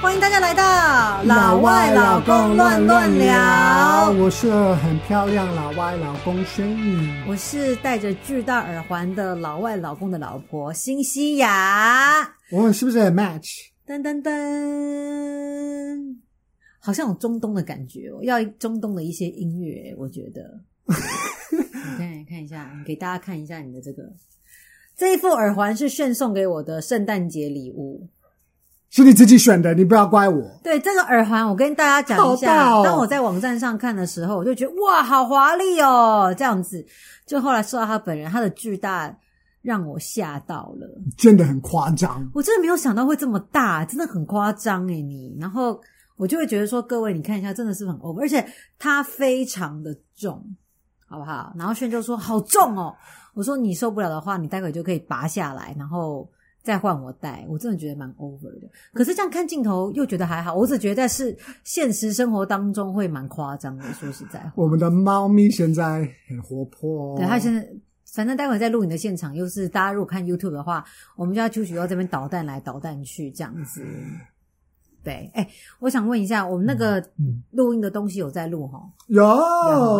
欢迎大家来到老外老公乱乱聊。我是很漂亮老外老公轩宇。我是戴着巨大耳环的老外老公的老婆辛西雅。我们是不是很 match？噔噔噔，好像有中东的感觉、哦，要中东的一些音乐，我觉得。 你看看一下，你给大家看一下你的这个这一副耳环是炫送给我的圣诞节礼物。是你自己选的，你不要怪我。对这个耳环，我跟大家讲一下，好大哦当我在网站上看的时候，我就觉得哇，好华丽哦，这样子。就后来说到他本人，他的巨大让我吓到了，真的很夸张，我真的没有想到会这么大，真的很夸张诶你。然后我就会觉得说，各位你看一下，真的是很 over，而且它非常的重，好不好？然后轩就说好重哦，我说你受不了的话，你待会就可以拔下来，然后再换我戴。我真的觉得蛮 over 的。可是这样看镜头又觉得还好，我只觉得是现实生活当中会蛮夸张的。说实在话，我们的猫咪现在很活泼哦。对他现在。反正待会在录影的现场，又是大家如果看 YouTube 的话，我们就要出去要这边捣蛋来捣蛋去这样子。对，哎、我想问一下，我们那个嗯录音的东西有在录哈？有，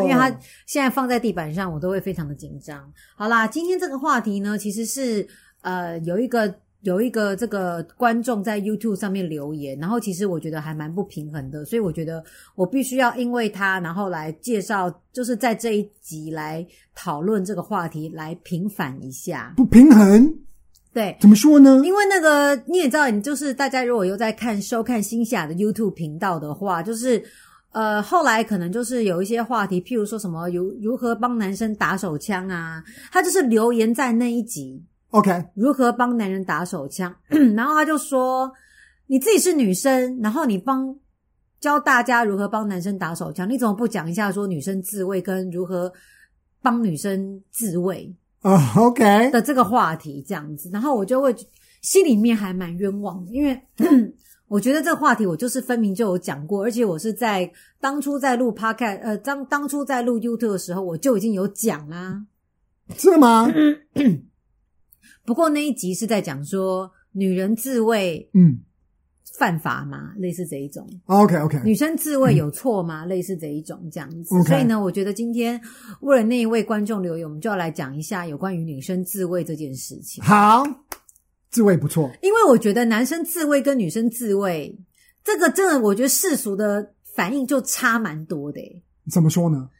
因为它现在放在地板上，我都会非常的紧张。好啦，今天这个话题呢，其实是呃有一个有一个这个观众在 YouTube 上面留言，然后其实我觉得还蛮不平衡的，所以我觉得我必须要因为他，然后来介绍，就是在这一集来讨论这个话题，来平反一下。不平衡，对，怎么说呢？因为那个你也知道，你就是大家如果有在看收看新夏的 YouTube 频道的话，就是呃后来可能就是有一些话题，譬如说什么如如何帮男生打手枪啊，他就是留言在那一集 OK，如何帮男人打手枪， 然后他就说你自己是女生，然后你帮。教大家如何帮男生打手枪，你怎么不讲一下说女生自慰跟如何帮女生自慰？啊，OK，的这个话题这样子，然后我就会心里面还蛮冤枉的，因为 我觉得这个话题我就是分明就有讲过，而且我是在当初在录 podcast，呃，当当初在录 YouTube 的时候我就已经有讲啦、是吗？不过那一集是在讲说女人自慰嗯犯法吗？类似这一种。 ，OK，OK，女生自慰有错吗？类似这一种这样子。 OK 所以呢，我觉得今天为了那一位观众留言，我们就要来讲一下有关于女生自慰这件事情。好，滋味不错。因为我觉得男生自慰跟女生自慰，这个真的，我觉得世俗的反应就差蛮多的欸。怎么说呢？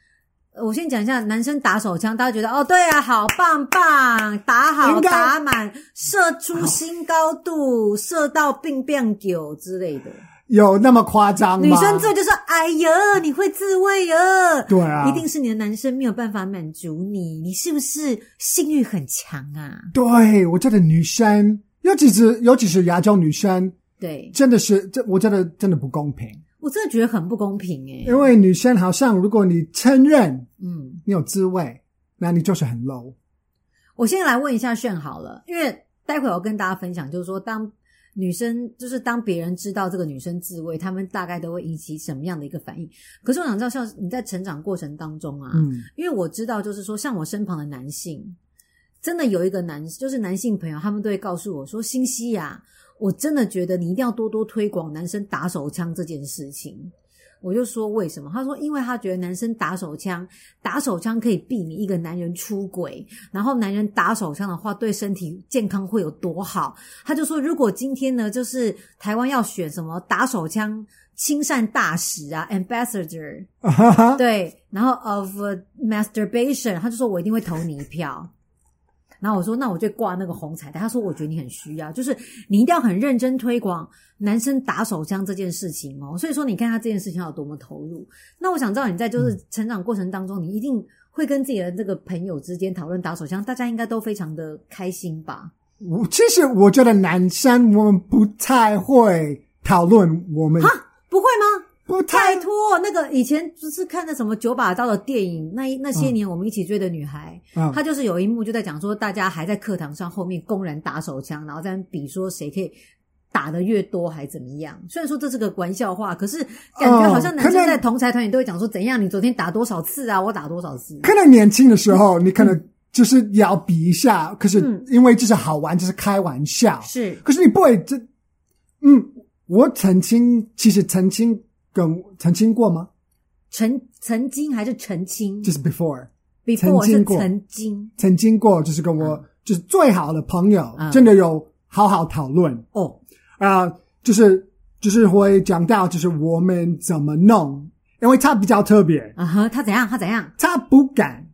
呃我先讲一下，男生打手枪，大家觉得哦，对啊，好棒棒，打好应该打满，射出新高度，射到病变九之类的。有那么夸张吗？女生自慰就是哎呀，你会自慰呀？对啊一定是你的男生没有办法满足你，你是不是性欲很强啊？对我觉得女生，尤其是尤其是亚洲女生，对真的是这，我觉得真的不公平。我真的觉得很不公平哎、因为女生好像，如果你承认嗯。你有滋味，那你就是很 low。我先来问一下炫好了，因为待会我要跟大家分享，就是说当女生就是当别人知道这个女生自慰，他们大概都会引起什么样的一个反应？可是我想知道，像你在成长过程当中啊，嗯，因为我知道，就是说像我身旁的男性，真的有一个男，就是男性朋友，他们都会告诉我说：“新西呀，我真的觉得你一定要多多推广男生打手枪这件事情。”我就说为什么？他说，因为他觉得男生打手枪，打手枪可以避免一个男人出轨，然后男人打手枪的话，对身体健康会有多好？他就说，如果今天呢，就是台湾要选什么打手枪亲善大使啊，ambassador，啊哈哈，对，然后 of masturbation，他就说我一定会投你一票。然后我说那我就挂那个红彩带，他说我觉得你很需要，就是你一定要很认真推广男生打手枪这件事情哦。所以说你看他这件事情要有多么投入。那我想知道你在就是成长过程当中，你一定会跟自己的这个朋友之间讨论打手枪，大家应该都非常的开心吧？我其实我觉得男生我们不太会讨论，我们不会吗？不太拜托，那个以前就是看那什么九把刀的电影，那一那些年我们一起追的女孩，嗯她就是有一幕就在讲说，大家还在课堂上后面公然打手枪，然后在那边比说谁可以打的越多还怎么样。虽然说这是个玩笑话，可是感觉哦好像男生可能在同才团体都会讲说，怎样你昨天打多少次啊，我打多少次。可能年轻的时候，你可能就是要比一下，可是嗯啊因为这是好玩，这是开玩笑，是可是你不会这，嗯，我曾经其实曾经跟曾经过吗？曾曾经还是澄清就是 before ，before 曾经是过曾经曾经过，就是跟我、就是最好的朋友，嗯真的有好好讨论哦，啊、就是就是会讲到就是我们怎么弄，因为他比较特别，啊哈，他怎样他怎样，他不敢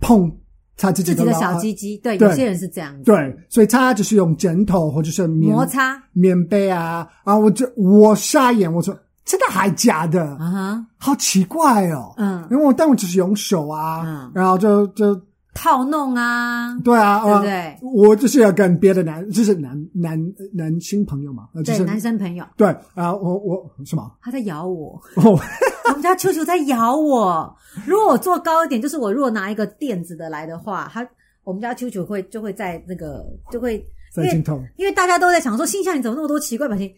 碰他自自己己的的老小二鸡鸡，对，对有些人是这样子，对，所以他就是用枕头或者是棉摩擦棉被啊，然后我就我傻眼，我说真的还假的？啊哈，好奇怪哦。嗯，因为我但我只是用手啊，嗯然后就就套弄啊，对啊，对呃不对我就是要跟别的男，就是男男男性朋友嘛，呃就对，是男生朋友对啊，我我什么？ 他在咬我，哦， 我们家球球在咬我。如果我坐高一点，就是我如果拿一个垫子的来的话，他我们家球球会就会在那个就会，因在镜为 头，因为大家都在想说，心想你怎么那么多奇怪表情，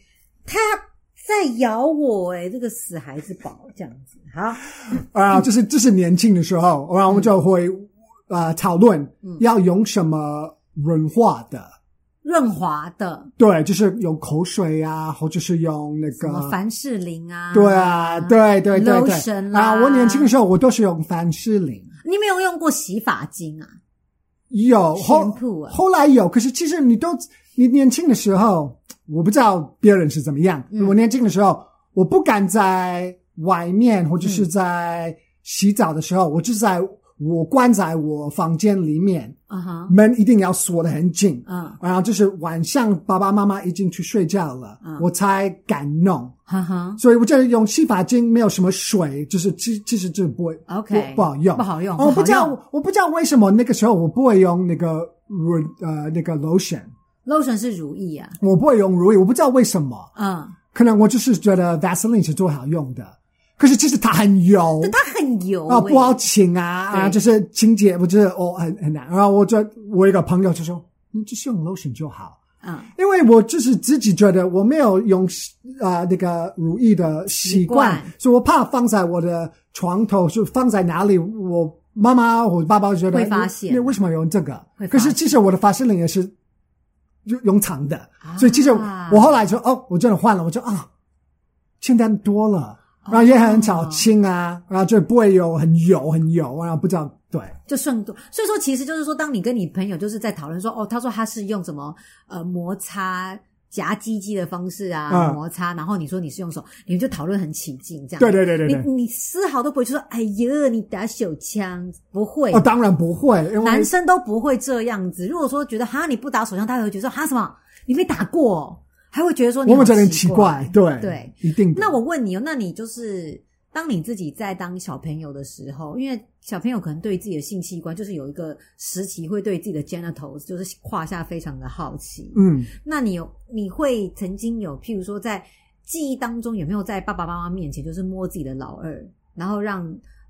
他在咬我、欸，哎，这个死孩子宝这样子。好，啊，就是就是年轻的时候，然后我们就会啊讨论嗯要用什么润滑的，润滑的对，就是用口水啊，或者是用那什个么凡士林啊，对啊，，对对对 lotion 对啦啊！我年轻的时候，我都是用凡士林，你没有用过洗发精啊？有后 Shampoo 啊后来有，可是其实你都你年轻的时候，我不知道别人是怎么样。嗯我年轻的时候，我不敢在外面或者是在洗澡的时候，我就在我关在我房间里面，啊哈，门一定要锁得很紧。嗯，然后就是晚上，爸爸妈妈已经去睡觉了，嗯我才敢弄。哈哈所以我觉得用洗发精没有什么水，就是其其实就不会，OK，不不好用，不好用，我哦不知道好用，我不知道为什么那个时候我不会用那个乳呃那个 lotion， lotion 是乳液啊，我不会用乳液，我不知道为什么，嗯，可能我就是觉得 Vaseline 是最好用的，可是其实它很油但它很油啊，欸不好清啊啊，对就是清洁不就是哦很很难。然后我就我有一个朋友就说，你就是用 lotion 就好。嗯。因为我就是自己觉得我没有用啊、呃那个如意的习惯，习惯所以我怕放在我的床头，是放在哪里，我妈妈我爸爸觉得会发现你你为什么用这个会？发可现是其实我的发饰领也是用用长的，啊所以其实我后来就哦，我真的换了，我就啊，清淡多了。哦然后也很少清啊，然后就不会有很油很油，然后不知道对就顺多，所以说其实就是说，当你跟你朋友就是在讨论说，哦，他说他是用什么呃摩擦夹鸡鸡的方式啊、嗯摩擦，然后你说你是用手，你们就讨论很起劲这样。对对对对对你你丝毫都不会就说，哎呀，你打手枪不会，哦，当然不会，因为男生都不会这样子。如果说觉得哈你不打手枪，他会觉得说哈什么你没打过哦，还会觉得说你我们好觉得很奇奇怪，对对，一定的那我问你哦，那你就是当你自己在当小朋友的时候，因为小朋友可能对自己的性器官就是有一个时期会对自己的 genitals 就是胯下非常的好奇。嗯，那你有你会曾经有，譬如说在记忆当中有没有在爸爸妈妈面前就是摸自己的老二，然后让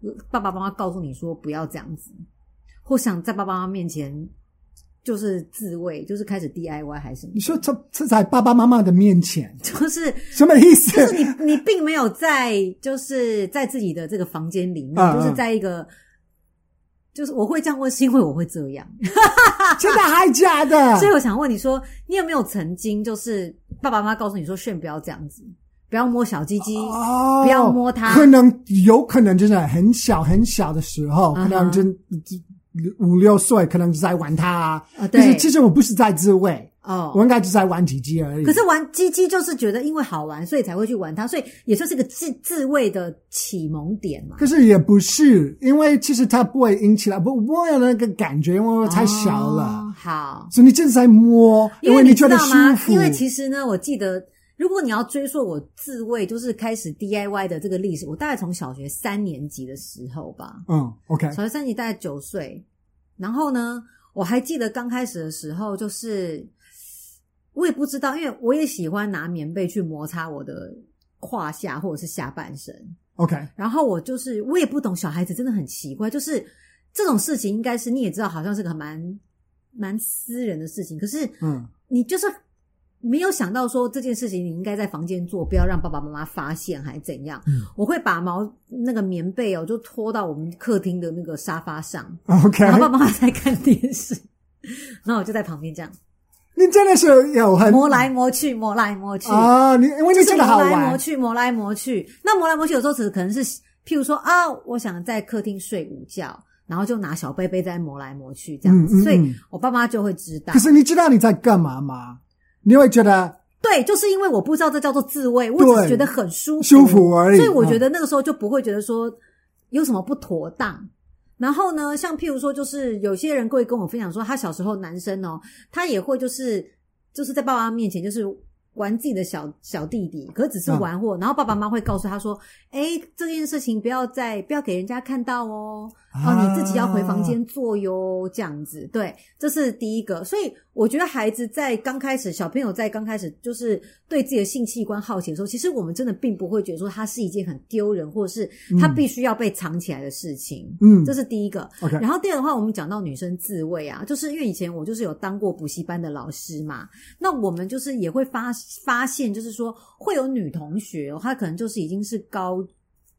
呃爸爸妈妈告诉你说不要这样子，或想在爸爸妈妈面前就是自慰，就是开始 DIY 还是什么？ 你说这这在爸爸妈妈的面前，就是什么意思？就是你你并没有在就是在自己的这个房间里面，嗯就是在一个，就是我会这样问，是因为我会这样，嗯真的还假的？所以我想问你说，你有没有曾经就是爸爸妈妈告诉你说，炫不要这样子，不要摸小鸡鸡，哦，不要摸它可能有可能真的很小很小的时候，嗯哼可能真五六岁，可能在玩它啊。啊可是对，其实我不是在自慰，我哦。应该只在玩几鸡而已。可是玩鸡鸡就是觉得因为好玩，所以才会去玩它，所以也算是个自自慰的启蒙点嘛。可是也不是，因为其实它不会引起来，不不会有那个感觉，因为我太小了。哦好，所以你正在摸，因为你觉知得道舒吗？服。因为其实呢，我记得，如果你要追溯我自慰，就是开始 DIY 的这个历史，我大概从小学三年级的时候吧，嗯，OK，小学三年级大概九岁。然后呢，我还记得刚开始的时候，就是我也不知道，因为我也喜欢拿棉被去摩擦我的胯下或者是下半身。 OK，然后我就是我也不懂，小孩子真的很奇怪，就是这种事情应该是你也知道，好像是个蛮蛮私人的事情，可是嗯，你就是没有想到说这件事情你应该在房间做，不要让爸爸妈妈发现，还怎样？嗯我会把毛那个棉被哦，就拖到我们客厅的那个沙发上，OK，然后爸爸妈妈在看电视，然后我就在旁边这样。 你真的是有很磨来磨去，磨来磨去，啊，你因为就你是真的好磨来玩磨，去，磨来磨去。那磨来磨去，有时候只可能是，譬如说啊，我想在客厅睡午觉，然后就拿小贝贝在磨来磨去这样子，嗯嗯所以嗯我爸妈就会知道可。是你知道你在干嘛吗？你会觉得对，就是因为我不知道这叫做自慰，我只对是觉得很舒服，舒服而已所以我嗯觉得那个时候就不会觉得说有什么不妥当。然后呢，像譬如说，就是有些人会跟我分享说，他小时候男生哦，他也会就是就是在爸爸面前就是玩自己的小小弟弟，可是只是嗯玩货，然后爸爸妈妈会告诉他说：“哎，这件事情不要再不要给人家看到哦，哦，啊你自己要回房间做哟，这样子。”对，这是第一个。所以我觉得孩子在刚开始，小朋友在刚开始就是对自己的性器官好奇的时候，其实我们真的并不会觉得说它是一件很丢人，或者是它必须要被藏起来的事情。嗯这是第一个。 ，OK，然后第二的话，我们讲到女生自慰啊，就是因为以前我就是有当过补习班的老师嘛，那我们就是也会发发现，就是说会有女同学、哦，她可能就是已经是高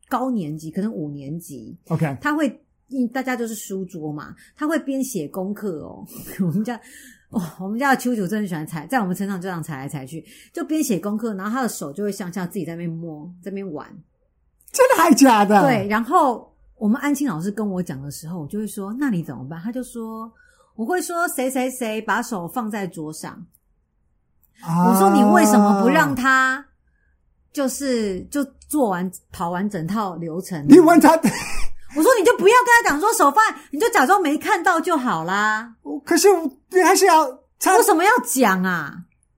高年级，可能五年级， OK，她会一大家就是书桌嘛，她会边写功课哦， 我们家。哦，我们家的秋秋真的很喜欢踩，在我们身上就这样踩来踩去，就边写功课，然后她的手就会向下自己在那边摸，在那边玩，真的还假的？对，，然后我们安青老师跟我讲的时候，我就会说：“那你怎么办？”他就说：“我会说谁谁谁把手放在桌上。啊我说：“你为什么不让？他就是就做完跑完整套流程？”你问他，我说：“你就不要跟他讲说手放，你就假装没看到就好啦。可是你还是要他为，什么要讲啊？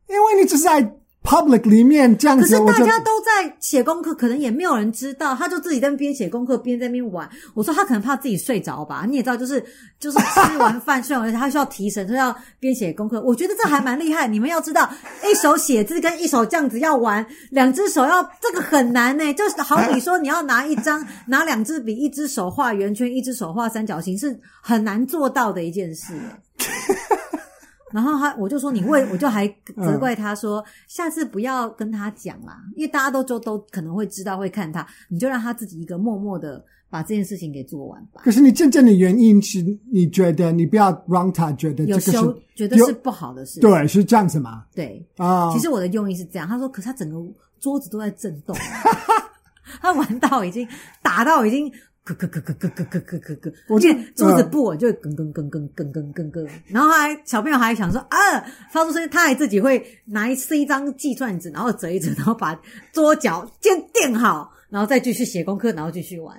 因为你只是在 public 里面这样可是子，我大就家都在写功课，可能也没有人知道，他就自己在那边写功课，边在那边玩。我说他可能怕自己睡着吧，你也知道，就是就是吃完饭睡完，他需要提神，就要边写功课。我觉得这还蛮厉害。你们要知道，一哎手写字跟一手这样子要玩，两只手要这个很难呢、就是好比说你要拿一张拿两支笔，一只手画圆圈，一只手画三角形，是很难做到的一件事、然后他我就说你为我就还嗯责怪他说、下次不要跟他讲啦，因为大家都就都可能会知道会看他，你就让他自己一个默默的把这件事情给做完吧。可是你真正的原因是你觉得你不要让他觉得这有个是羞觉得有是不好的事，对啊是这样子嘛？对啊，其实我的用意是这样，他说，可是他整个桌子都在震动，他玩到已经打到已经咯咯咯咯咯咯咯咯咯咯，我就因为桌子不稳就会咯咯咯咯咯咯咯咯，然后还小朋友还想说啊，发出声音，他还自己会拿一是一张计算纸，然后折一折，然后把桌角先垫好，然后再继续写功课，然后继续玩。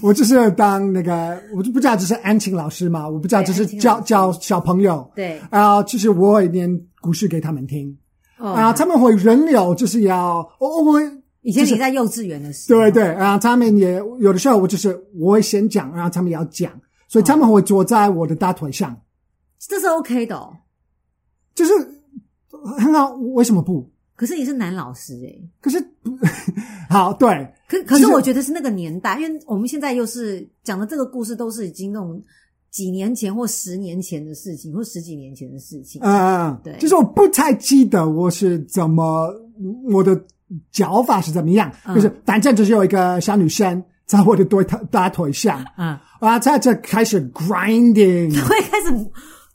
我就是当那个，我就不知道这是安晴老师嘛，我不知道这是对安晴老教师教小朋友，对，啊、就是我会念故事给他们听哦，啊、他们会轮流，就是要我我会以前你在幼稚园的时候，对对，然后他们也有的时候我就是我会先讲，然后他们也要讲，哦所以他们会坐在我的大腿上，这是 OK 的、哦，就是很好，为什么不？可是你是男老师诶、可是 好对，可可其是实我觉得是那个年代，因为我们现在又是讲的这个故事都是已经那种几年前或十年前的事情，或十几年前的事情。嗯，对就是我不太记得我是怎么我的脚法是怎么样，嗯就是反正就是有一个小女生在我的对大大腿上，嗯，啊，在这开始 grinding，会开始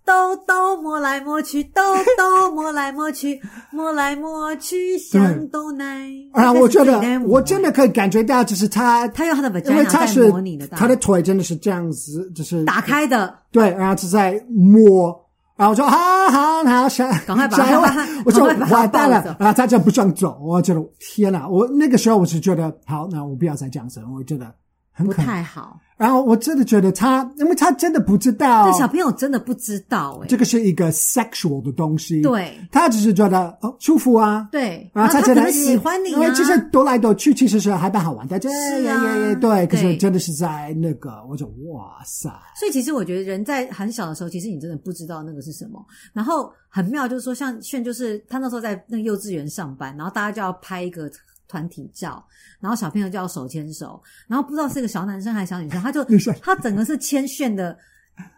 兜兜摸来摸去，兜兜摸来摸去，摸来摸去像豆奶。啊，我觉得开始自己在摸我真的可以感觉到，就是她，他用他的因为 vagina 她在是摸你的大她的腿真的是这样子，就是打开的，对，然后就在摸。然后我说好好好，想赶快把想它我说 赶快把它完蛋抱走了，然后他就不想走，我觉得天哪！我那个时候我是觉得好，那我不要再这样子了，我觉得很不可太好。然后我真的觉得他，因为他真的不知道但小朋友真的不知道哎、哦这个是一个 sexual 的东西，，对他只是觉得哦舒服啊，对，啊，然后他觉可得哎能喜欢你因为啊。其实踱来踱去其实是还蛮好玩的，对是啊耶耶耶对，可是对真的是在那个，我就哇塞，所以其实我觉得人在很小的时候，其实你真的不知道那个是什么。然后很妙，就是说像炫，就是他那时候在那个幼稚园上班，然后大家就要拍一个团体照，然后小朋友就要手牵手，然后不知道是个小男生还是小女生， 他就女生他整个是牵炫的。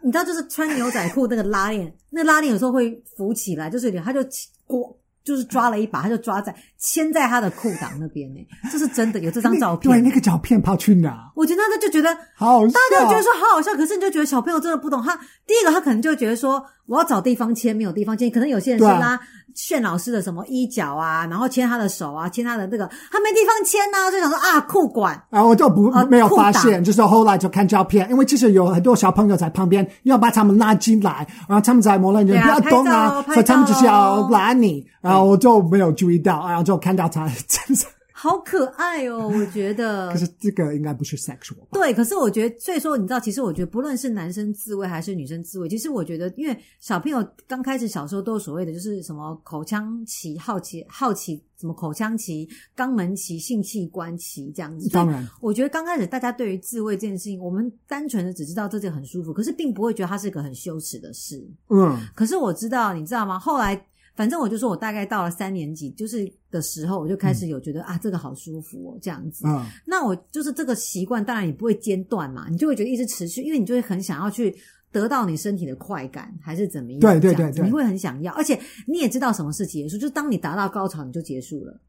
你知道，就是穿牛仔裤那个拉链，那拉链有时候会浮起来，就是有点，他就裹就是抓了一把，他就抓在牵在他的裤裆那边呢、这是真的有这张照片。对，那个照片跑去哪？我觉得他就觉得好笑，大家就觉得说好好笑，可是你就觉得小朋友真的不懂。他第一个，他可能就觉得说我要找地方牵，没有地方牵。可能有些人是对啊拉炫老师的什么衣角啊，然后牵他的手啊，牵他的那个，他没地方牵呐、就想说啊裤管。啊，我就不啊没有发裤裆现，就是后来就看照片，因为其实有很多小朋友在旁边，要把他们拉进来，然后他们在摩人对人啊不要动拍照啊哦，所以他们就是拍照哦要拉你，然后我就没有注意到，然后就看到他身上，好可爱哦，我觉得 可。是这个应该不是 sexual 吧？对，可是我觉得，所以说，你知道，其实我觉得，不论是男生自慰还是女生自慰，其实我觉得，因为小朋友刚开始小时候都有所谓的，就是什么口腔期、好奇、好奇，什么口腔期、肛门期、性器官期这样子。当然，我觉得刚开始大家对于自慰这件事情，我们单纯的只知道这件很舒服，可是并不会觉得它是一个很羞耻的事。嗯，可是我知道，你知道吗？后来反正我就说我大概到了三年级，就是的时候，我就开始有觉得、啊，这个好舒服哦，这样子。嗯，那我就是这个习惯，当然也不会间断嘛，你就会觉得一直持续，因为你就会很想要去得到你身体的快感，还是怎么样？对对这样子对对你会很想要，而且你也知道什么是结束，就是当你达到高潮，你就结束了。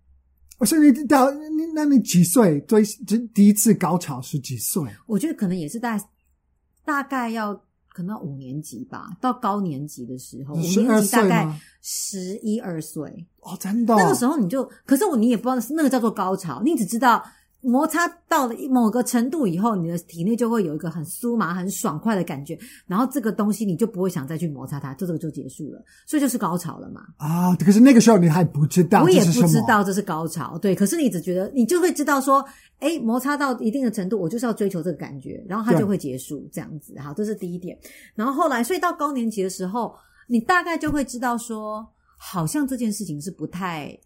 我说哦你到你那你几岁？最第第一次高潮是几岁？我觉得可能也是大大概要可能五年级吧，到高年级的时候，五年12级大岁概吗？十一二岁。哦，真的哦，那个时候你就，可是我你也不知道那个叫做高潮，你只知道摩擦到了某个程度以后，你的体内就会有一个很酥麻、很爽快的感觉，然后这个东西你就不会想再去摩擦它，就这个就结束了，所以就是高潮了嘛。啊，可是那个时候你还不知道我也这是什不么，知道这是高潮，对，可是你只觉得你就会知道说，哎，摩擦到一定的程度，我就是要追求这个感觉，然后它对就会结束这样子。好，这是第一点。然后后来，所以到高年级的时候，你大概就会知道说，好像这件事情是不太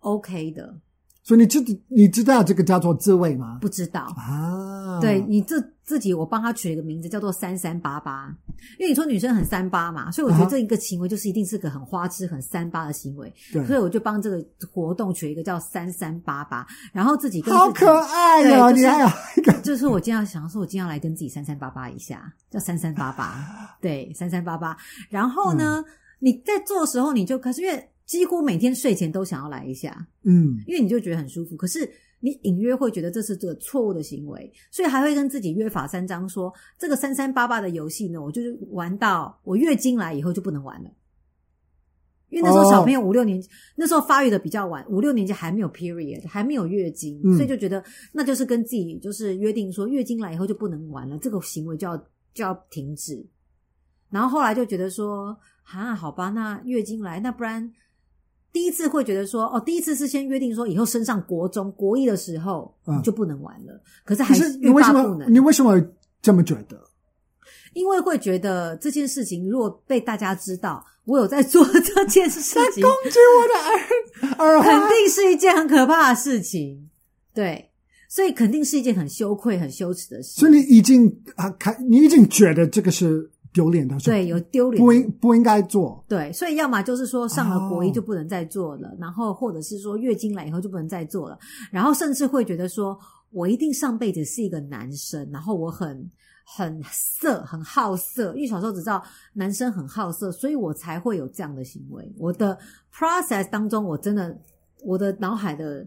OK 的，所以你知你知道这个叫做自慰吗？不知道。啊，对你自自己，我帮他取了一个名字叫做“三三八八”，因为你说女生很三八嘛，所以我觉得啊哈这一个行为就是一定是个很花痴、很三八的行为，对，所以我就帮这个活动取一个叫“三三八八”，然后自己跟好自己可爱对哦！就是你还有一个就是我经常想说，我经常来跟自己三三八八一下，叫三三八八，对，三三八八。然后呢，嗯你在做的时候，你就开始，因为几乎每天睡前都想要来一下，嗯，因为你就觉得很舒服。可是你隐约会觉得这是个错误的行为，所以还会跟自己约法三章说，这个三三八八的游戏呢，我就是玩到我月经来以后就不能玩了。因为那时候小哦朋友五六年级，那时候发育的比较晚，五六年级还没有 period，还没有月经，嗯所以就觉得那就是跟自己就是约定说，月经来以后就不能玩了，这个行为就要就要停止。然后后来就觉得说，啊，好吧，那月经来，那不然第一次会觉得说，哦，第一次是先约定说，以后升上国中国一的时候、嗯你就不能玩了，可是可还是你欲为罢什不么能，你为什么这么觉得？因为会觉得这件事情如果被大家知道我有在做 这件事情，攻击我的耳耳肯环，定是一件很可怕的事情，对，所以肯定是一件很羞愧、很羞耻的事。所以你已经啊，看你已经觉得这个是丢脸的，是对，有丢脸不应不应该做。对，所以要么就是说上了国一哦就不能再做了，然后或者是说月经来以后就不能再做了，然后甚至会觉得说我一定上辈子是一个男生，然后我很很色，很好色，因为小时候只知道男生很好色，所以我才会有这样的行为。我的 process 当中，我真的我的脑海的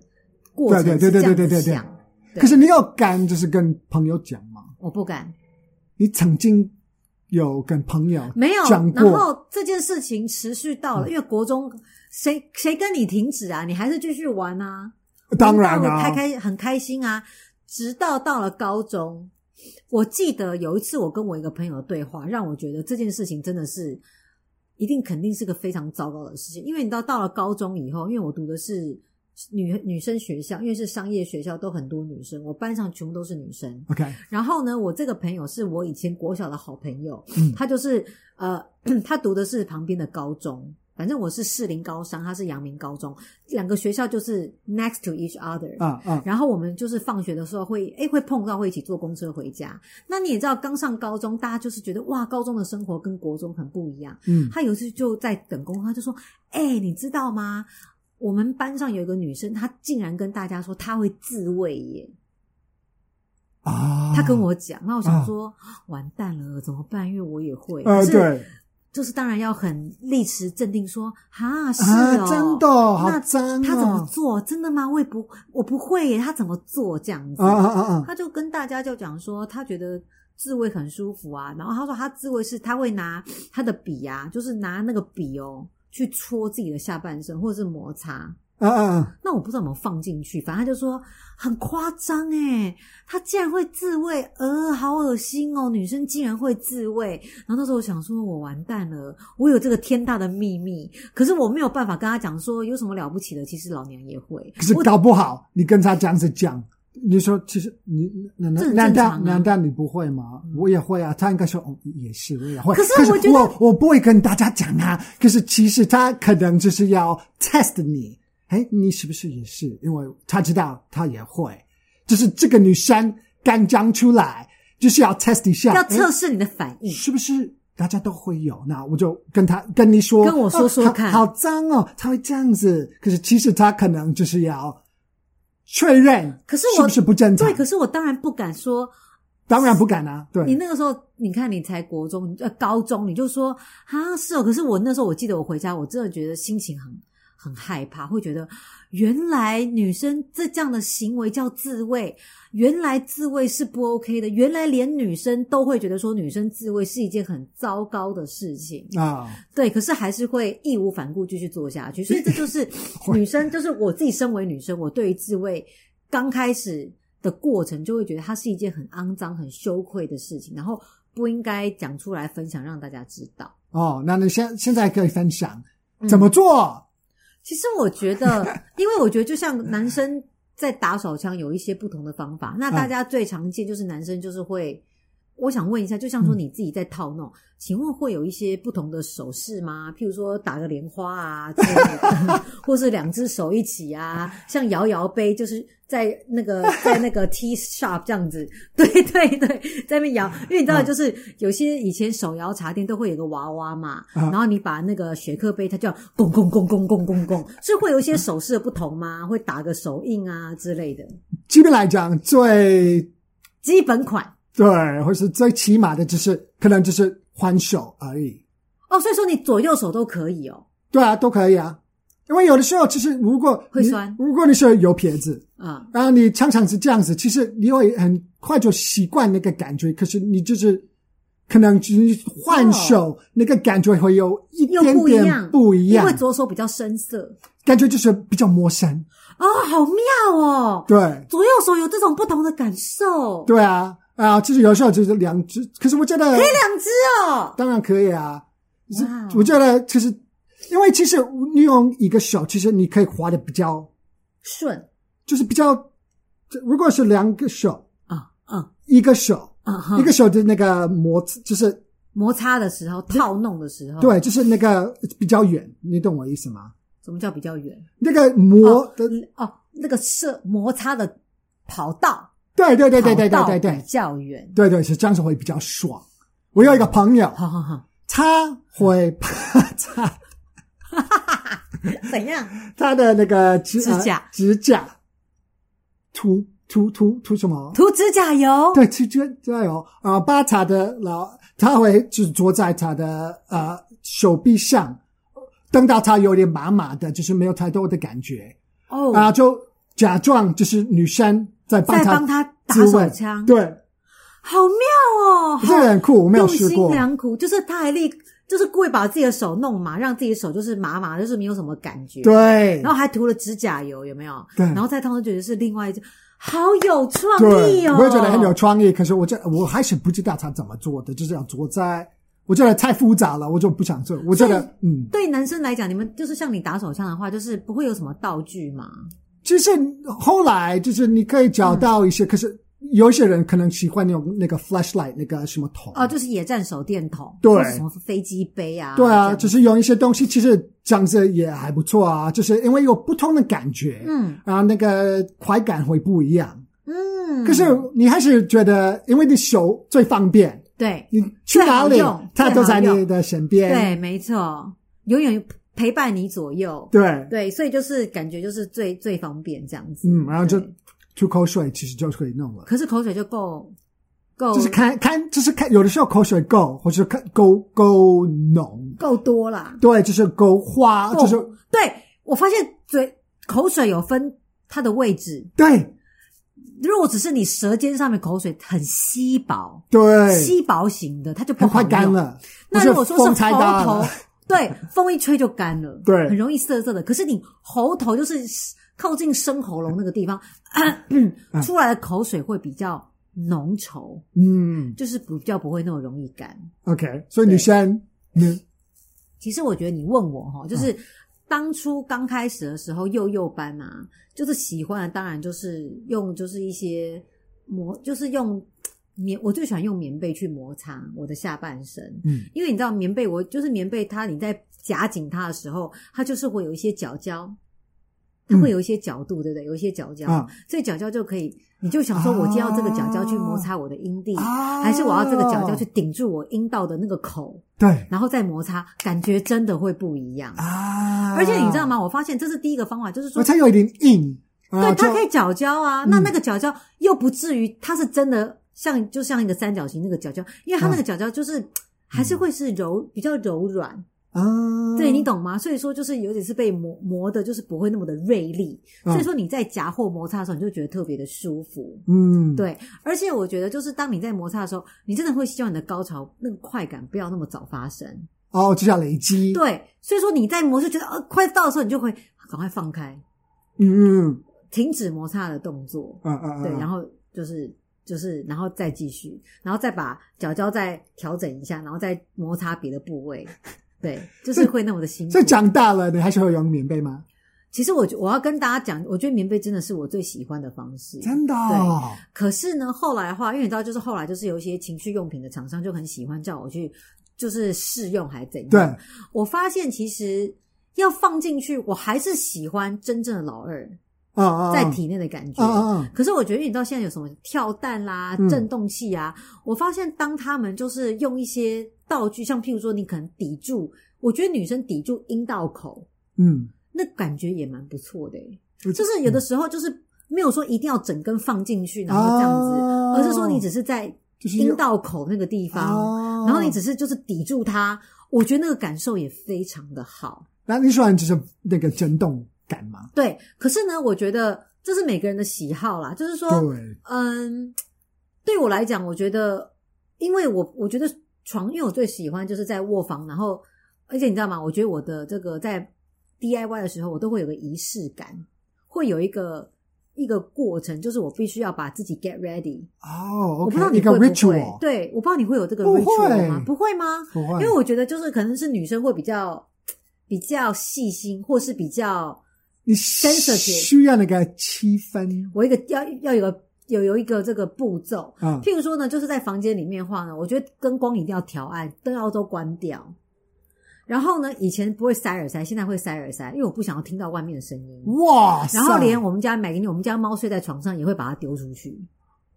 过程是对这对对样对对子对对想，对可是你有敢就是跟朋友讲吗？我不敢。你曾经有跟朋友没有讲，然过？嗯后这件事情持续到了，因为国中谁谁跟你停止啊？你还是继续玩啊？当然玩到啊开，开很开心啊。直到到了高中，我记得有一次我跟我一个朋友的对话，让我觉得这件事情真的是一定肯定是个非常糟糕的事情，因为你知道到了高中以后，因为我读的是女女生学校，因为是商业学校，都很多女生，我班上全部都是女生， OK，然后呢，我这个朋友是我以前国小的好朋友，嗯他就是呃， 他读的是旁边的高中，反正我是士林高商，他是阳明高中，两个学校就是 next to each other。啊啊，然后我们就是放学的时候会，诶会碰到，会一起坐公车回家。那你也知道，刚上高中，大家就是觉得哇，高中的生活跟国中很不一样。嗯，他有一次就在等公车，他就说：“哎、你知道吗？我们班上有一个女生，她竟然跟大家说她会自慰耶。”啊，哦他跟我讲，那我想说、完蛋了，怎么办？因为我也会，呃，可是对，就是当然要很立持镇定说，哈，是啊哦，，真的哦好那脏、哦，他怎么做？真的吗？我也不，我不会耶。他怎么做这样子？啊啊啊啊！他就跟大家就讲说，他觉得自慰很舒服啊。然后他说，他自慰是他会拿他的笔啊，就是拿那个笔哦去戳自己的下半身，或者是摩擦。啊啊啊！那我不知道怎么放进去，反正他就说很夸张哎，他竟然会自慰，呃，好恶心哦，女生竟然会自慰。然后那时候我想说，我完蛋了，我有这个天大的秘密，可是我没有办法跟他讲说有什么了不起的，其实老娘也会。可是我搞不好你跟他这样子讲，你说其实你难这难很难正道常啊难道你不会吗？我也会啊，他应该说哦也是我也会。可是我觉得我我不会跟大家讲啊。可是其实他可能就是要 test 你，哎，你是不是也是？因为他知道他也会，就是这个女生刚讲出来，就是要 test 一下，要诶测试你的反应，是不是大家都会有？那我就跟他跟你说，跟我说说哦好看好脏哦，他会这样子。可是其实他可能就是要确认，可是是我不是不正常？对，可是我当然不敢说。当然不敢啊，你对，那个时候，你看你才国中呃高中，你就说啊是哦。可是我那时候我记得我回家，我真的觉得心情很很害怕，会觉得原来女生这这样的行为叫自慰，原来自慰是不 OK 的，原来连女生都会觉得说女生自慰是一件很糟糕的事情。啊、对，可是还是会义无反顾继续做下去，所以这就是 女生，就是我自己身为女生，我对于自慰刚开始的过程，就会觉得它是一件很肮脏、很羞愧的事情，然后不应该讲出来分享让大家知道。哦，那你现现在可以分享嗯怎么做？其实我觉得，因为我觉得就像男生在打手枪有一些不同的方法，那大家最常见就是男生就是会，我想问一下，就像说你自己在套弄，请问会有一些不同的手势吗？譬如说打个莲花啊之类的，或是两只手一起啊，像摇摇杯就是。在那个在那个 T shop 这样子，对对对，在那边摇，因为你知道，嗯就是有些以前手摇茶店都会有个娃娃嘛，啊然后你把那个雪克杯，它叫拱拱拱拱拱拱拱，是会有一些手势的不同吗？会打个手印啊之类的，基本来讲，最基本款对，或是最起码的，就是可能就是还手而已。哦。所以说你左右手都可以哦，对啊，都可以啊。因为有的时候，其实如果会你酸如果你是有撇子，啊、然后你常常是这样子，其实你会很快就习惯那个感觉，可是你就是可能只是换手，那个感觉会有一又点不一样点，不一样因为，左手比较深色感觉就是比较陌生。哦，好妙哦，对，左右手有这种不同的感受，对啊，啊，其实有时候就是两只，可是我觉得两只哦，当然可以啊，是哇我觉得其实因为其实你用一个手，其实你可以滑的比较，顺就是比较，如果是两个手，啊啊一个手，啊哈一！个手的那个摩擦，就是摩擦的时候，套弄的时候，，对，就是那个比较远，你懂我意思吗？什么叫比较远？那个磨的，哦，那个射摩擦的跑道，对对对对对跑道对对比对较远，对对，是这样子会比较爽。我有一个朋友，好嗯好好，他会把他怎样？他的那个指指甲呃指甲涂涂涂涂什么？涂指甲油，对，涂指甲油啊，呃把他的老他会就是坐在他的呃手臂上，等到他有点麻麻的，就是没有太多的感觉。哦，啊，就假装就是女生在帮在他帮他打自慰手枪对，好妙哦，这个好很酷，我没有用试心过。良苦，就是他还立，就是故意把自己的手弄麻，让自己手就是麻麻，就是没有什么感觉，，对然，后还涂了指甲油，有没有？对然后再当时觉得是另外一种，好有创意对，哦，我也觉得很有创意。可是我这我还是不知道他怎么做的，就是要坐在，我觉得太复杂了，我就不想做。我觉得，嗯，对男生来讲，你们就是像你打手枪的话，就是不会有什么道具嘛？就是后来就是你可以找到一些，可是有一些人可能喜欢用那个 flashlight 那个什么筒哦、就是野战手电筒，对或是什么飞机杯啊，对这啊，样就是用一些东西，其实这样子也还不错啊，就是因为有不同的感觉，嗯啊，那个快感会不一样。嗯，可是你还是觉得，因为你手最方便，对你去哪里最好用，它都在最好你用的身边。对，没错，永远陪伴你左右。对对，所以就是感觉就是最最方便这样子。嗯，然后就对吐口水，其实就可以弄了。可是口水就够够，就是看看，就是看，有的时候口水够，或者看够够浓，够多啦。对，就是勾花，够就是对我发现嘴口水有分它的位置，对如果只是你舌尖上面口水很稀薄，对，稀薄型的，它就不它好快用干。了，那不如果说是风太喉大头了，， 对，风一吹就干了，对很容易涩涩的。可是你喉头就是靠近生喉咙那个地方， 出来的口水会比较浓稠，嗯就是比较不会那么容易干。 ，OK，所以对女生，嗯其实我觉得你问我哈，就是当初刚开始的时候，幼幼班啊，就是喜欢的，当然就是用就是一些磨，就是用棉，我最喜欢用棉被去摩擦我的下半身，嗯因为你知道棉被，我就是棉被它，你在夹紧它的时候，它就是会有一些角胶。它会有一些角度，对不对？有一些角胶，嗯啊所以角胶就可以，你就想说，我今天要这个角胶去摩擦我的阴蒂，啊还是我要这个角胶去顶住我阴道的那个口？对然后再摩擦，感觉真的会不一样。啊，而且你知道？吗？我发现这是第一个方法，就是说我，才有一点硬，对，对它可以角胶啊。那嗯那个角胶又不至于，它是真的像就像一个三角形那个角胶，因为它那啊个角胶就是。还是会是柔比较柔软，啊，对你懂吗？所以说就是有点是被磨磨的，就是不会那么的锐利。嗯所以说你在夹或摩擦的时候，你就觉得特别的舒服。嗯，对，而且我觉得就是当你在摩擦的时候，你真的会希望你的高潮那个快感不要那么早发生。哦，就叫累积，，对，所以说你在磨就觉得呃快到的时候，你就会赶快放开，嗯嗯停止摩擦的动作，嗯嗯，对，然后后就是就是然后再继续，然后再把脚胶再调整一下，然后再摩擦别的部位，对，就是会那么的辛苦所以。嗯长大了，你还是会用棉被吗？其实我觉我要跟大家讲，我觉得棉被真的是我最喜欢的方式，真的哦，可是呢，后来的话，因为你知道，就是后来就是有一些情趣用品的厂商就很喜欢叫我去，就是试用还怎样。对，我发现其实要放进去，我还是喜欢真正的老二啊啊，嗯在体内的感觉。啊啊啊，可是我觉得，你知道现在有什么跳蛋啦、嗯震动器啊，我发现当他们就是用一些道具，像譬如说你可能抵住，我觉得女生抵住阴道口，嗯，那感觉也蛮不错的、欸。嗯就是有的时候就是没有说一定要整根放进去，然后这样子，哦而是说你只是在就是阴道口那个地方，哦然后你只是就是抵住它，我觉得那个感受也非常的好。那你喜欢就是那个震动感吗？对，可是呢，我觉得这是每个人的喜好啦，就是说，对，嗯，对我来讲，我觉得，因为我我觉得床，因为我最喜欢就是在卧房，然后而且你知道吗？我觉得我的这个在 DIY 的时候，我都会有个仪式感，会有一个一个过程，就是我必须要把自己 get ready。哦，我不知道你一个会不会 ritual，，对，我不知道你会有这个不会嗯 ritual 吗？不会吗？不会，因为我觉得就是可能是女生会比较比较细心，或是比较你 sensitive 需要那个气氛我一个要要有个有有一个这个步骤，啊，譬如说呢，就是在房间里面的话呢，我觉得灯光一定要调暗，灯要都关掉。然后呢，以前不会塞耳塞，现在会塞耳塞，因为我不想要听到外面的声音。哇塞，然后连我们家买给你，我们家猫睡在床上也会把它丢出去。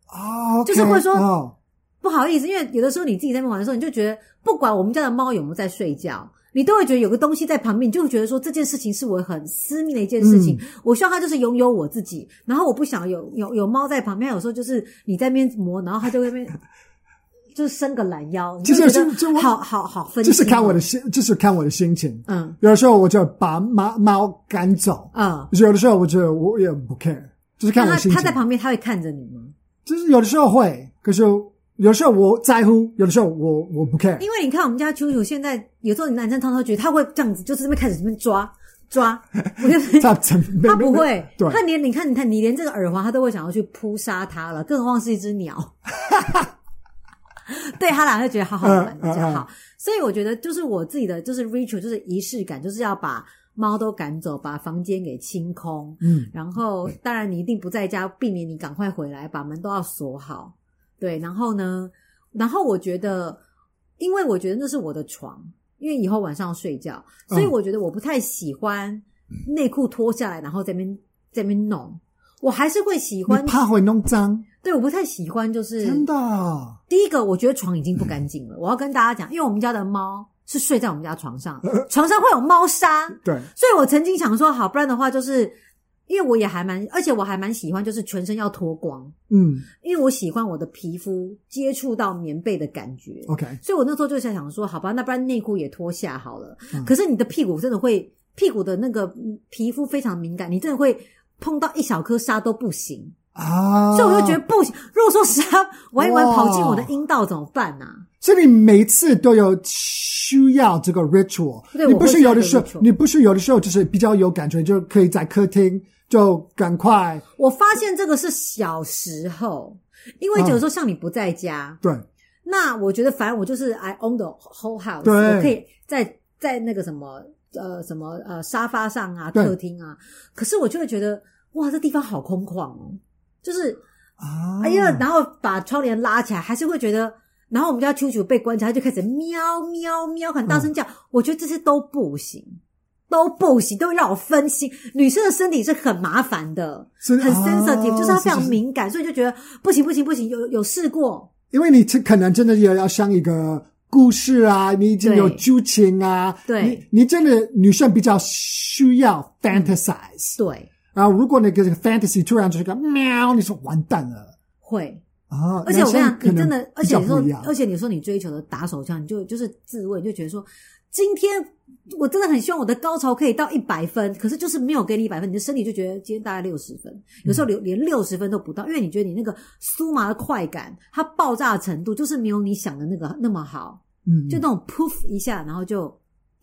哦，就是会说 OK，哦不好意思，因为有的时候你自己在那边玩的时候，你就觉得不管我们家的猫有没有在睡觉，你都会觉得有个东西在旁边，你就会觉得说这件事情是我很私密的一件事嗯情，我希望它就是拥有我自己。然后我不想有有有猫在旁边，有时候就是你在那边磨，然后它就会那边 就伸个懒腰，你就这觉就是这得我好好好分、哦，就是看我的心，就是看我的心情。嗯有的时候我就把猫猫赶走，嗯，有的时候我就我也不 care，就是看我那的心它它情在。旁边，它会看着你吗？就是有的时候会，可是有的时候我在乎，有的时候我我不 care。因为你看我们家球球现在有时候你男生常常觉得他会这样子，就是这边开始这边抓抓， 我就他怎么他不会，对他连你看，你看，你连这个耳环他都会想要去扑杀它了，更何况是一只 鸟。对他俩就觉得好好玩嗯比嗯较好嗯，所以我觉得就是我自己的就是 ritual 就是仪式感，就是要把猫都赶走，把房间给清空，嗯，然后当然你一定不在家，避免你赶快回来，把门都要锁好。对，然后呢，然后我觉得，因为我觉得那是我的床，因为以后晚上要睡觉，所以嗯我觉得我不太喜欢内裤脱下来，然后在那边在那边弄。我还是会喜欢你，怕会弄脏，对，我不太喜欢，就是真的。第一个，我觉得床已经不干净了。我要跟大家讲，因为我们家的猫是睡在我们家床上，床上会有猫砂，对，所以我曾经想说，好，不然的话就是因为我也还蛮，而且我还蛮喜欢，就是全身要脱光，嗯因为我喜欢我的皮肤接触到棉被的感觉。 ，OK，所以我那时候就在想说，好吧，那不然内裤也脱下好了。嗯可是你的屁股真的会，屁股的那个嗯皮肤非常敏感，你真的会碰到一小颗沙都不行。啊，所以我就觉得，不行，如果说沙玩一玩哇跑进我的阴道怎么办呢、啊？所以你每次都有需要这个 ritual，对你不是有的时我会需要这候，个 ritual 你不是有的时候就是比较有感觉，就可以在客厅就赶快我发现这个是小时候，因嗯为有时候像你不在家，对那我觉得反正我就是 I own the whole house，对我可以在在那个什么呃什么呃沙发上啊、对客厅啊，可是我就会觉得哇，这地方好空旷哦，就是啊，哎呀，然后把窗帘拉起来，还是会觉得。然后我们家秋秋被关起来，他就开始喵喵喵，很大声叫。我觉得这些都不行，都不行，都会让我分心。女生的身体是很麻烦的，所以很 sensitive，、啊嗯哦就是她非常是敏感，所以就觉得不行不行不行，有有试过，因为你这可能真的也要像一个故事啊，你已经有对剧情啊，对嗯你你真的女生比较需要 fantasize，、对，然后如果那个 fantasy 突然就是个喵，你说完蛋了会。啊！而且我跟你讲，你真的，而且你不说一样，，而且你说你追求的打手枪，你就就是自慰，你就觉得说，今天我真的很希望我的高潮可以到一百分，可是就是没有给你一百分，你的身体就觉得今天大概六十分，有时嗯候连连六十分都不到，因为你觉得你那个酥麻的快感，它爆炸的程度就是没有你想的那个那么好，嗯，就那种 poof 一下，然后就，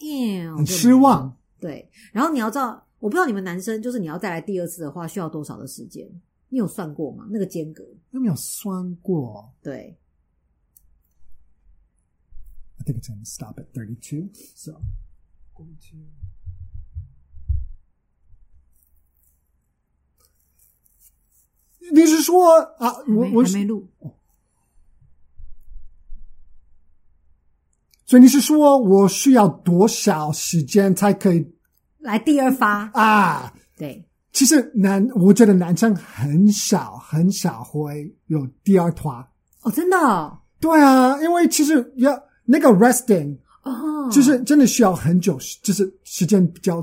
嗯，很就失望。对，然后你要知道，我不知道你们男生就是你要再来第二次的话，需要多少的时间？你有算过吗？那个间隔？有没有酸过对， ？I think it's gonna stop at thirty two. So thirty two. two。你是说啊？我还没我还是没录。所以你是说我需要多少时间才可以来第二发，啊？对，其实男，我觉得男生很少很少会有第二团。哦，真的哦，对啊，因为其实要那个 resting 哦就是真的需要很久，就是时间比较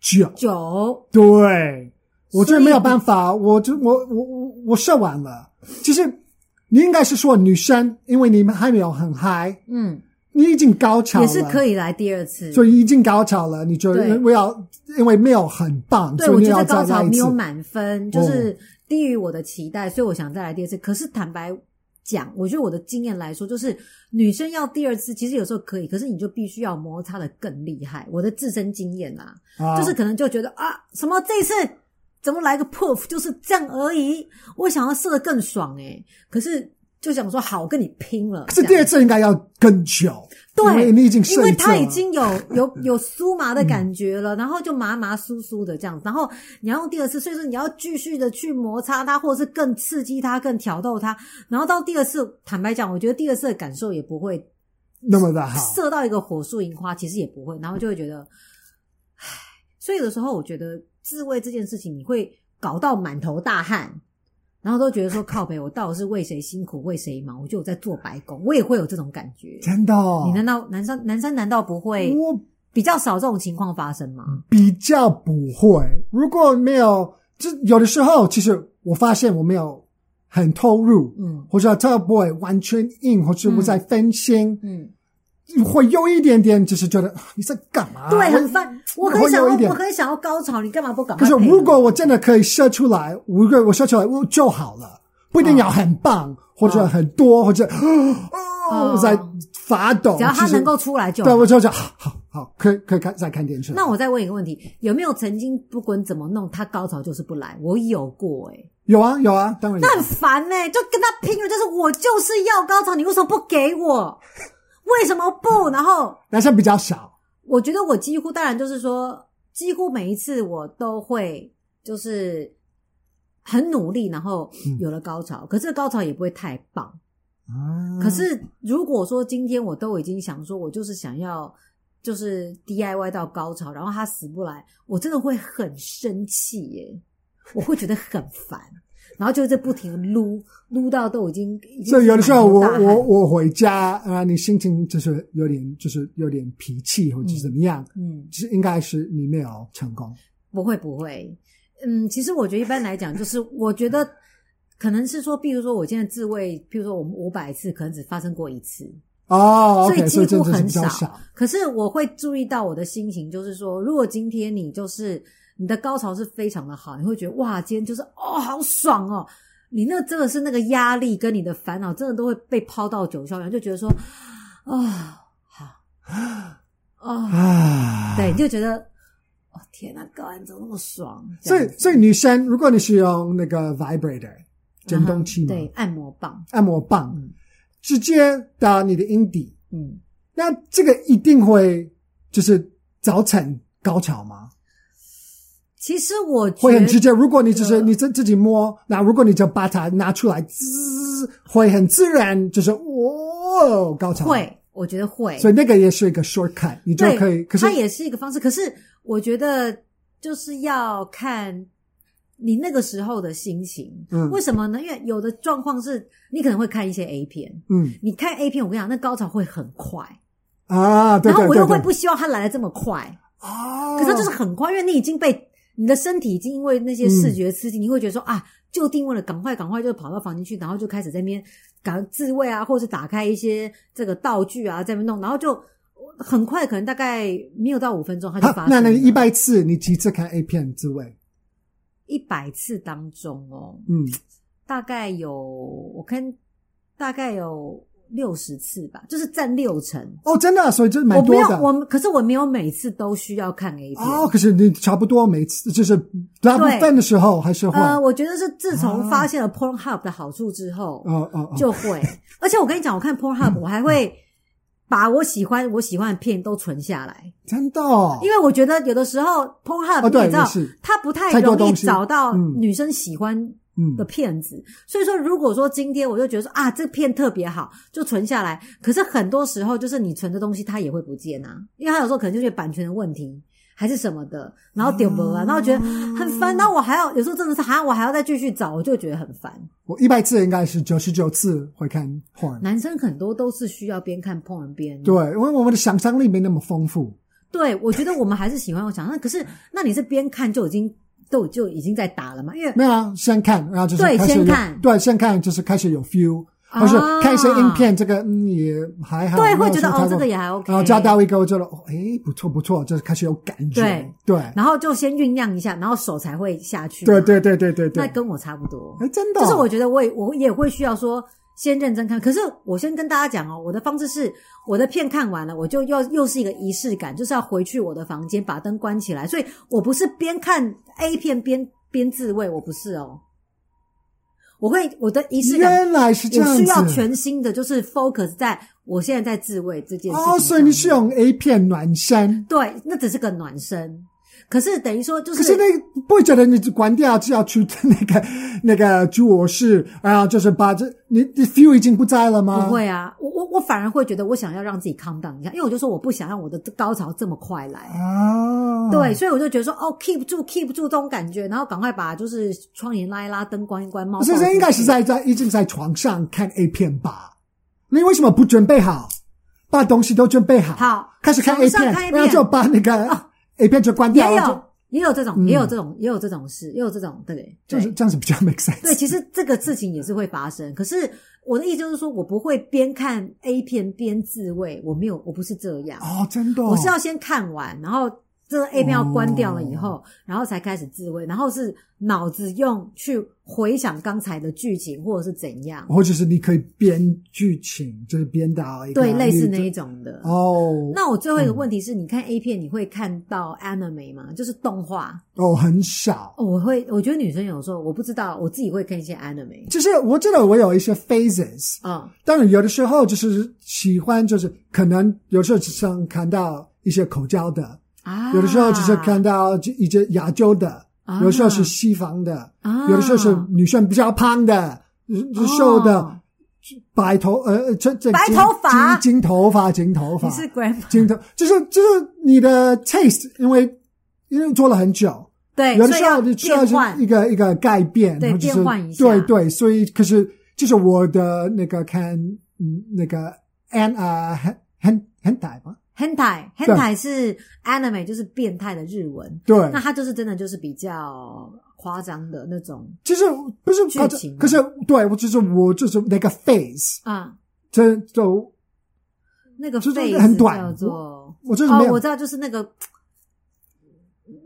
久。九，对，我真所的以没有办法，我就我我我我射完了。其实你应该是说女生，因为你们还没有很嗨，嗯，你已经高潮了，也是可以来第二次。所以已经高潮了，你就对因为要因为没有很棒，对所我以你觉得要再高潮来一没有次。满分，就是低于我的期待，所以我想再来第二次。可是坦白讲，我觉得我的经验来说，就是女生要第二次，其实有时候可以，可是你就必须要摩擦的更厉害。我的自身经验啦、啊就是可能就觉得啊，什么这一次怎么来个 poof，就是这样而已。我想要射的更爽诶、可是就想说好，我跟你拼了。可这是样第二次应该要更久，因对，为你已经射一因次了为它已经有有有酥麻的感觉嗯了，然后就麻麻酥酥的这样，然后你要用第二次，所以说你要继续的去摩擦它，或者是更刺激它、更挑逗它，然后到第二次，坦白讲，我觉得第二次的感受也不会那么的好，射到一个火树银花，其实也不会，然后就会觉得，唉，所以有的时候我觉得自慰这件事情，你会搞到满头大汗。然后都觉得说靠北，我到底是为谁辛苦为谁忙？我觉得我在做白工，我也会有这种感觉。真的哦。你难道男生男生难道不会我比较少这种情况发生吗？比较不会，如果没有，这有的时候其实我发现我没有很投入，嗯或者特不会完全硬，或者我在分心，嗯，会有一点点就是觉得啊你在干嘛？对，我很烦，我我很想有一要，点我很想要高潮，你干嘛不赶可快是配合？如果我真的可以射出来，如果我射出来我就好了，不一定要很棒、啊或者很多或者哦哦我在发抖，只要他其实能够出来就对我好。就想好好好，可以可以看再看电视。那我再问一个问题，有没有曾经不管怎么弄，他高潮就是不来？我有过哎、欸有啊有啊，当然有那很烦哎、就跟他拼了，就是我就是要高潮，你为什么不给我？为什么不？然后男生比较少，我觉得我几乎当然就是说，几乎每一次我都会就是很努力，然后嗯有了高潮，可是高潮也不会太棒。啊可是如果说今天我都已经想说，我就是想要就是 DIY 到高潮，然后他死不来，我真的会很生气耶，我会觉得很烦，然后就在不停地撸撸到都已经，已经所以有的时候我满头大汗我我回家啊，你心情就是有点就是有点脾气或者是怎么样，嗯。是应该是你没有成功。不会不会，嗯，其实我觉得一般来讲，就是我觉得可能是说，比如说我现在自慰，譬如说我们五百次，可能只发生过一次，哦所以，OK，所以几真乎的是很比较少。少。可是我会注意到我的心情，就是说，如果今天你就是你的高潮是非常的好，你会觉得哇，今天就是哦，好爽哦。你那真的是那个压力跟你的烦恼，真的都会被抛到九霄云，就觉得说啊、好啊、啊，对，你就觉得哦天哪，高安怎么那么爽？这所样以子所以女生，如果你是用那个 vibrator 震动器嗯哼啊嘛，对，按摩棒，按摩棒嗯，直接打你的阴蒂，嗯，那这个一定会就是早产高潮吗？其实我觉会很直得接。如果你只是呃你自自己摸，那如果你就把它拿出来，滋，会很自然，就是哦，高潮。，会，我觉得会，所以那个也是一个 shortcut，你就对，可以。可是它也是一个方式。可是我觉得就是要看你那个时候的心情。嗯为什么呢？因为有的状况是你可能会看一些 A 片，嗯你看 A 片，我跟你讲，那高潮会很快，啊，对然后对我对又会不对，希望它来的这么快，啊，可是它就是很快，因为你已经被你的身体已经因为那些嗯视觉刺激，你会觉得说啊，就定位了，赶快赶快就跑到房间去，然后就开始在那边赶自慰啊，或者打开一些这个道具啊，在那边弄，然后就很快，可能大概没有到五分钟，它就啊好发，那生那了。你一百次你几次看 A 片滋味？一百次当中哦，嗯，大概有我看大概有六十次吧，就是占六成。哦，真的，所以就是我蛮没多有，的。我可是我没有每次都需要看 A 片。哦，可是你差不多每次就是大部分的时候还是会，呃，哦我觉得是自从啊发现了 Pornhub 的好处之后，哦哦，就会。而且我跟你讲，我 看 Pornhub，我还会把我喜欢我喜欢的片都存下来，真的哦，因为我觉得有的时候 Pornhub 哦对你知道也是，它不太太多容易东西找到嗯女生喜欢嗯的片子。所以说，如果说今天我就觉得说啊，这片特别好，就存下来。可是很多时候就是你存的东西它也会不见啊，因为它有时候可能就是版权的问题。还是什么的，然后点播嗯啊，然后觉得很烦，然后我还要有时候真的是，哈，我还要再继续找，我就觉得很烦。我一百次应该是九十九次会看 porn，男生很多都是需要边看 porn 边对，因为我们的想象力没那么丰富，对，我觉得我们还是喜欢我想象。可是那你是边看就已经都就已经在打了嘛？因为没有啊，先看，然后就是对开始先有看对，先看就是开始有 feel，啊或是看一些影片，这个嗯也还好，对没会有觉什得么太哦，多这个也还 OK，然后抓到一个，我觉得哦，哎，不错不错，就是开始有感觉，对对然后就先酝酿一下，然后手才会下去嘛。对对对对对对，那跟我差不多。哎真的哦，就是我觉得我也我也会需要说先认真看，可是我先跟大家讲哦，我的方式是我的片看完了，我就要又是一个仪式感，就是要回去我的房间把灯关起来，所以我不是边看 A 片边边自慰，我不是哦，我会我的仪式感，原来是这我样需要子。全心的，就是 focus 在我现在在自慰这件事情上哦，面。所以你是用 A 片暖身，对，那只是个暖身，可是等于说就可是那个不会觉得你关掉就要去那个 那个主卧室，然后啊就是把这你你 feel 已经不在了吗？不，会啊，我我我反而会觉得我想要让自己 calm down 一下，因为我就说我不想让我的高潮这么快来。啊，对，，所以我就觉得说，哦，keep 住，keep 住这种感觉，然后赶快把就是窗帘拉一拉，灯关一关，猫抱所以出这去应该是在在已经在床上看 A 片吧？你为什么不准备好，把东西都准备好，好开始看 A 床上片看，A 片啊然后就把那个 A 片就关掉，也然后有也有这种，嗯也有这种，也有这种事，也有这种，对就就是对这样子比较 make sense。对，其实这个事情也是会发生。可是我的意思就是说，我不会边看 A 片边自慰，我没有，我不是这样。哦，真的哦，我是要先看完，然后这个 A 片要关掉了以后，哦然后才开始自慰，然后是脑子用去回想刚才的剧情或者是怎样，或者是你可以编剧情，就是编导一个对，类似那例一子种的。啊哦那我最后一个问题是，你看 A 片你会看到 anime 吗？就是动画。哦，很少。哦我会，我觉得女生有时候我不知道，我自己会看一些 anime。就是我知道我有一些 phases，嗯，当然有的时候就是喜欢，就是可能有时候只想看到一些口交的，啊，有的时候只是看到就一些亚洲的，啊有的时候是西方的，啊，有的时候是女生比较胖的、哦瘦的、白头呃这这白金头发金金头发金头发你是 grandma 金头，就是就是你的 taste，因为因为做了很久，对，有的哎所以时要候你需要变换是一个一个改变，对或者是变换一下对对，所以可是就是我的那个看，嗯，那个 an 啊，很很很歹吗？ hentai hentai 是 anime，就是变态的日文。对，那它就是真的就是比较夸张的那种就是不是剧夸张情吗可是对我就是我就是那个 phase，啊，这就那个就是 face 很短叫做我就是没哦，有。我知道，就是那个，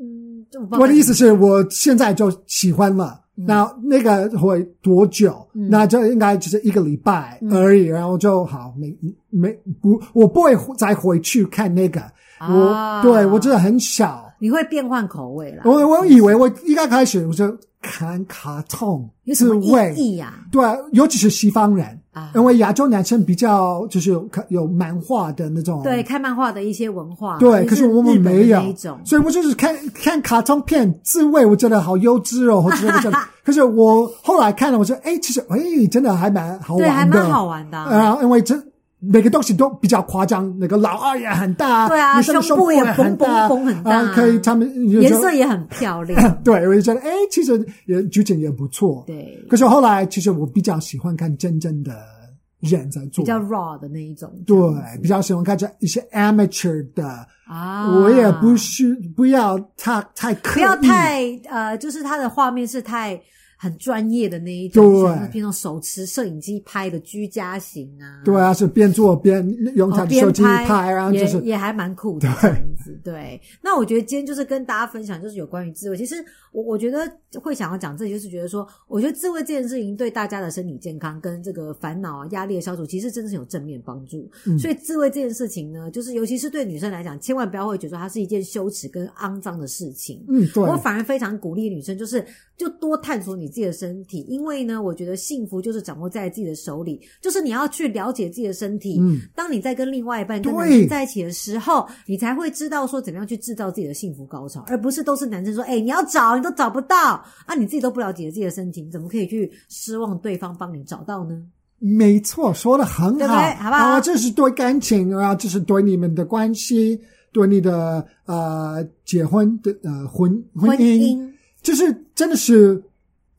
嗯，就我的意思是，是我现在就喜欢了，那、那个会多久？嗯那就应该就是一个礼拜而已，然后就好，没没不，我不会再回去看那个。啊我对我真的很小，你会变换口味啦。我我以为我一刚开始我就看卡通有什滋么味，意义呀？对，尤其是西方人，啊，因为亚洲男生比较就是有看有漫画的那种对，看漫画的一些文化，对，也可是我日们本的没有那一种，所以我就是看看卡通片，自慰我觉得好幼稚哦，我觉 得我觉得可是我后来看了，我说，哎，其实，哎，真的还蛮好对，还玩的，蛮好玩的啊。啊、因为这每个东西都比较夸张，那个老二也很大，对啊女生的胸胸部也很嘣嘣嘣很大啊可以，他们有时颜候，色也很漂亮 对，我就觉得，哎，其实也剧情也不错，。对，可是后来，其实我比较喜欢看真正的人在做，比较 raw 的那一种，对，比较喜欢看这一些 amateur 的。啊，我也不需不要太太刻不意，要太呃，就是它的画面是太很专业的那一种，对像是平常手持摄影机拍的居家型啊，对啊，是边做边用他哦，的边手机拍，然后也就是也还蛮酷的这样子。对，那我觉得今天就是跟大家分享，就是有关于自慰。其实我我觉得会想要讲这里，就是觉得说，我觉得自慰这件事情对大家的身体健康跟这个烦恼啊、压力的消除，其实真的是有正面帮助。嗯所以自慰这件事情呢，就是尤其是对女生来讲，千万不要会觉得说它是一件羞耻跟肮脏的事情。嗯，对，我反而非常鼓励女生，就是就多探索你自己的身体，因为呢，我觉得幸福就是掌握在自己的手里，就是你要去了解自己的身体。嗯当你在跟另外一半、跟对男生在一起的时候，你才会知道说怎么样去制造自己的幸福高潮，而不是都是男生说：“哎、你要找，你都找不到啊，你自己都不了解自己的身体，你怎么可以去奢望对方帮你找到呢没错，说的很对不好，对好不好啊，这是对感情啊，这是对你们的关系，对你的呃结婚的呃婚？”婚姻，姻就是真的是。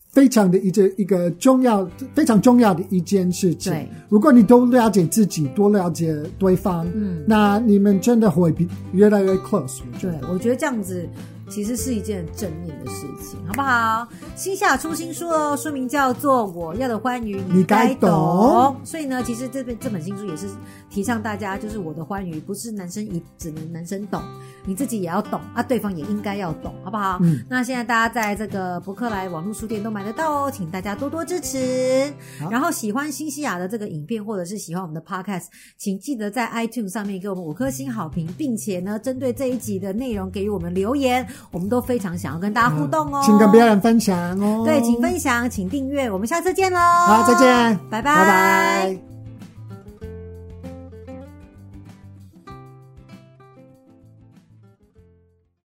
非常的一个一个重要非常重要的一件事情对。如果你多了解自己，多了解对方，嗯那你们真的会比越来越 close。我觉得对，我觉得这样子其实是一件正面的事情，好不好？心下出新书哦，书名叫做《我要的欢愉你该懂所以呢，其实这本这本新书也是提倡大家，就是我的欢愉不是男生一只能男生懂，你自己也要懂啊，对方也应该要懂，好不好？嗯那现在大家在这个博客来网络书店都买得到哦，请大家多多支持。好然后喜欢新西亚的这个影片，或者是喜欢我们的 podcast，请记得在 iTunes 上面给我们五颗星好评，并且呢，针对这一集的内容给予我们留言，我们都非常想要跟大家互动哦。啊嗯请跟别人分享哦。对，请分享，请订阅，我们下次见喽！好，再见，拜拜拜拜。